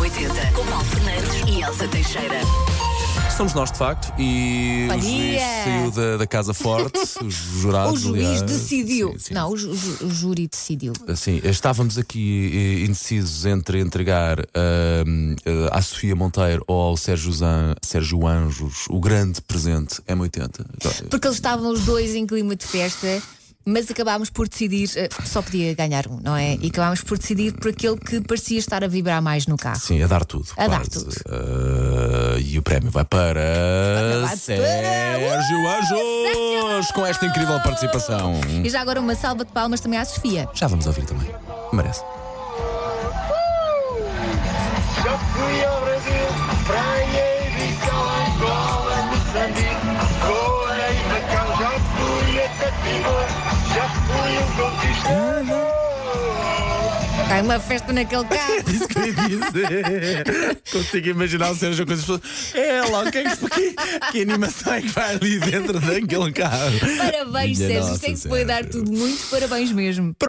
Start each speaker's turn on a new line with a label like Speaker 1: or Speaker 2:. Speaker 1: 80 com Paulo Fernandes e Elsa Teixeira.
Speaker 2: Somos nós, de facto, e
Speaker 3: Bom
Speaker 2: o juiz
Speaker 3: dia.
Speaker 2: saiu da, da casa forte, os
Speaker 3: O
Speaker 2: jurados.
Speaker 3: juiz
Speaker 2: aliás.
Speaker 3: decidiu.
Speaker 2: Sim, sim.
Speaker 3: Não, o, ju- ju- o júri decidiu.
Speaker 2: Assim, estávamos aqui eh, indecisos entre entregar ahm, eh, à Sofia Monteiro ou ao Sérgio, Zan, Sérgio Anjos o grande presente M80. Então,
Speaker 3: Porque eles estavam os dois em clima de festa, mas acabámos por decidir. eh, Só podia ganhar um, não é? E acabámos por decidir por aquele que parecia estar a vibrar mais no carro.
Speaker 2: Sim, a dar tudo.
Speaker 3: A dar
Speaker 2: quase.
Speaker 3: tudo.
Speaker 2: Ah, e o prémio vai para
Speaker 3: Vai para- Uh,
Speaker 2: Sérgio Anjos com esta incrível participação.
Speaker 3: E já agora uma salva de palmas também à Sofia.
Speaker 2: Já vamos ouvir também. Merece.
Speaker 4: Já fui ao Brasil, Praia e Vical, Angola, Moçambique, Goa e Macau. Já fui a Tapigua, já fui um conquistador.
Speaker 3: Está uma festa naquele carro.
Speaker 2: Isso que eu ia dizer. Consigo imaginar o Sérgio com as pessoas. É lá, o que, é que, que, que animação é que vai ali dentro daquele carro?
Speaker 3: Parabéns,
Speaker 2: Minha
Speaker 3: Sérgio.
Speaker 2: Nossa
Speaker 3: Sei que se foi
Speaker 2: Senhora.
Speaker 3: dar tudo. Muitos parabéns mesmo.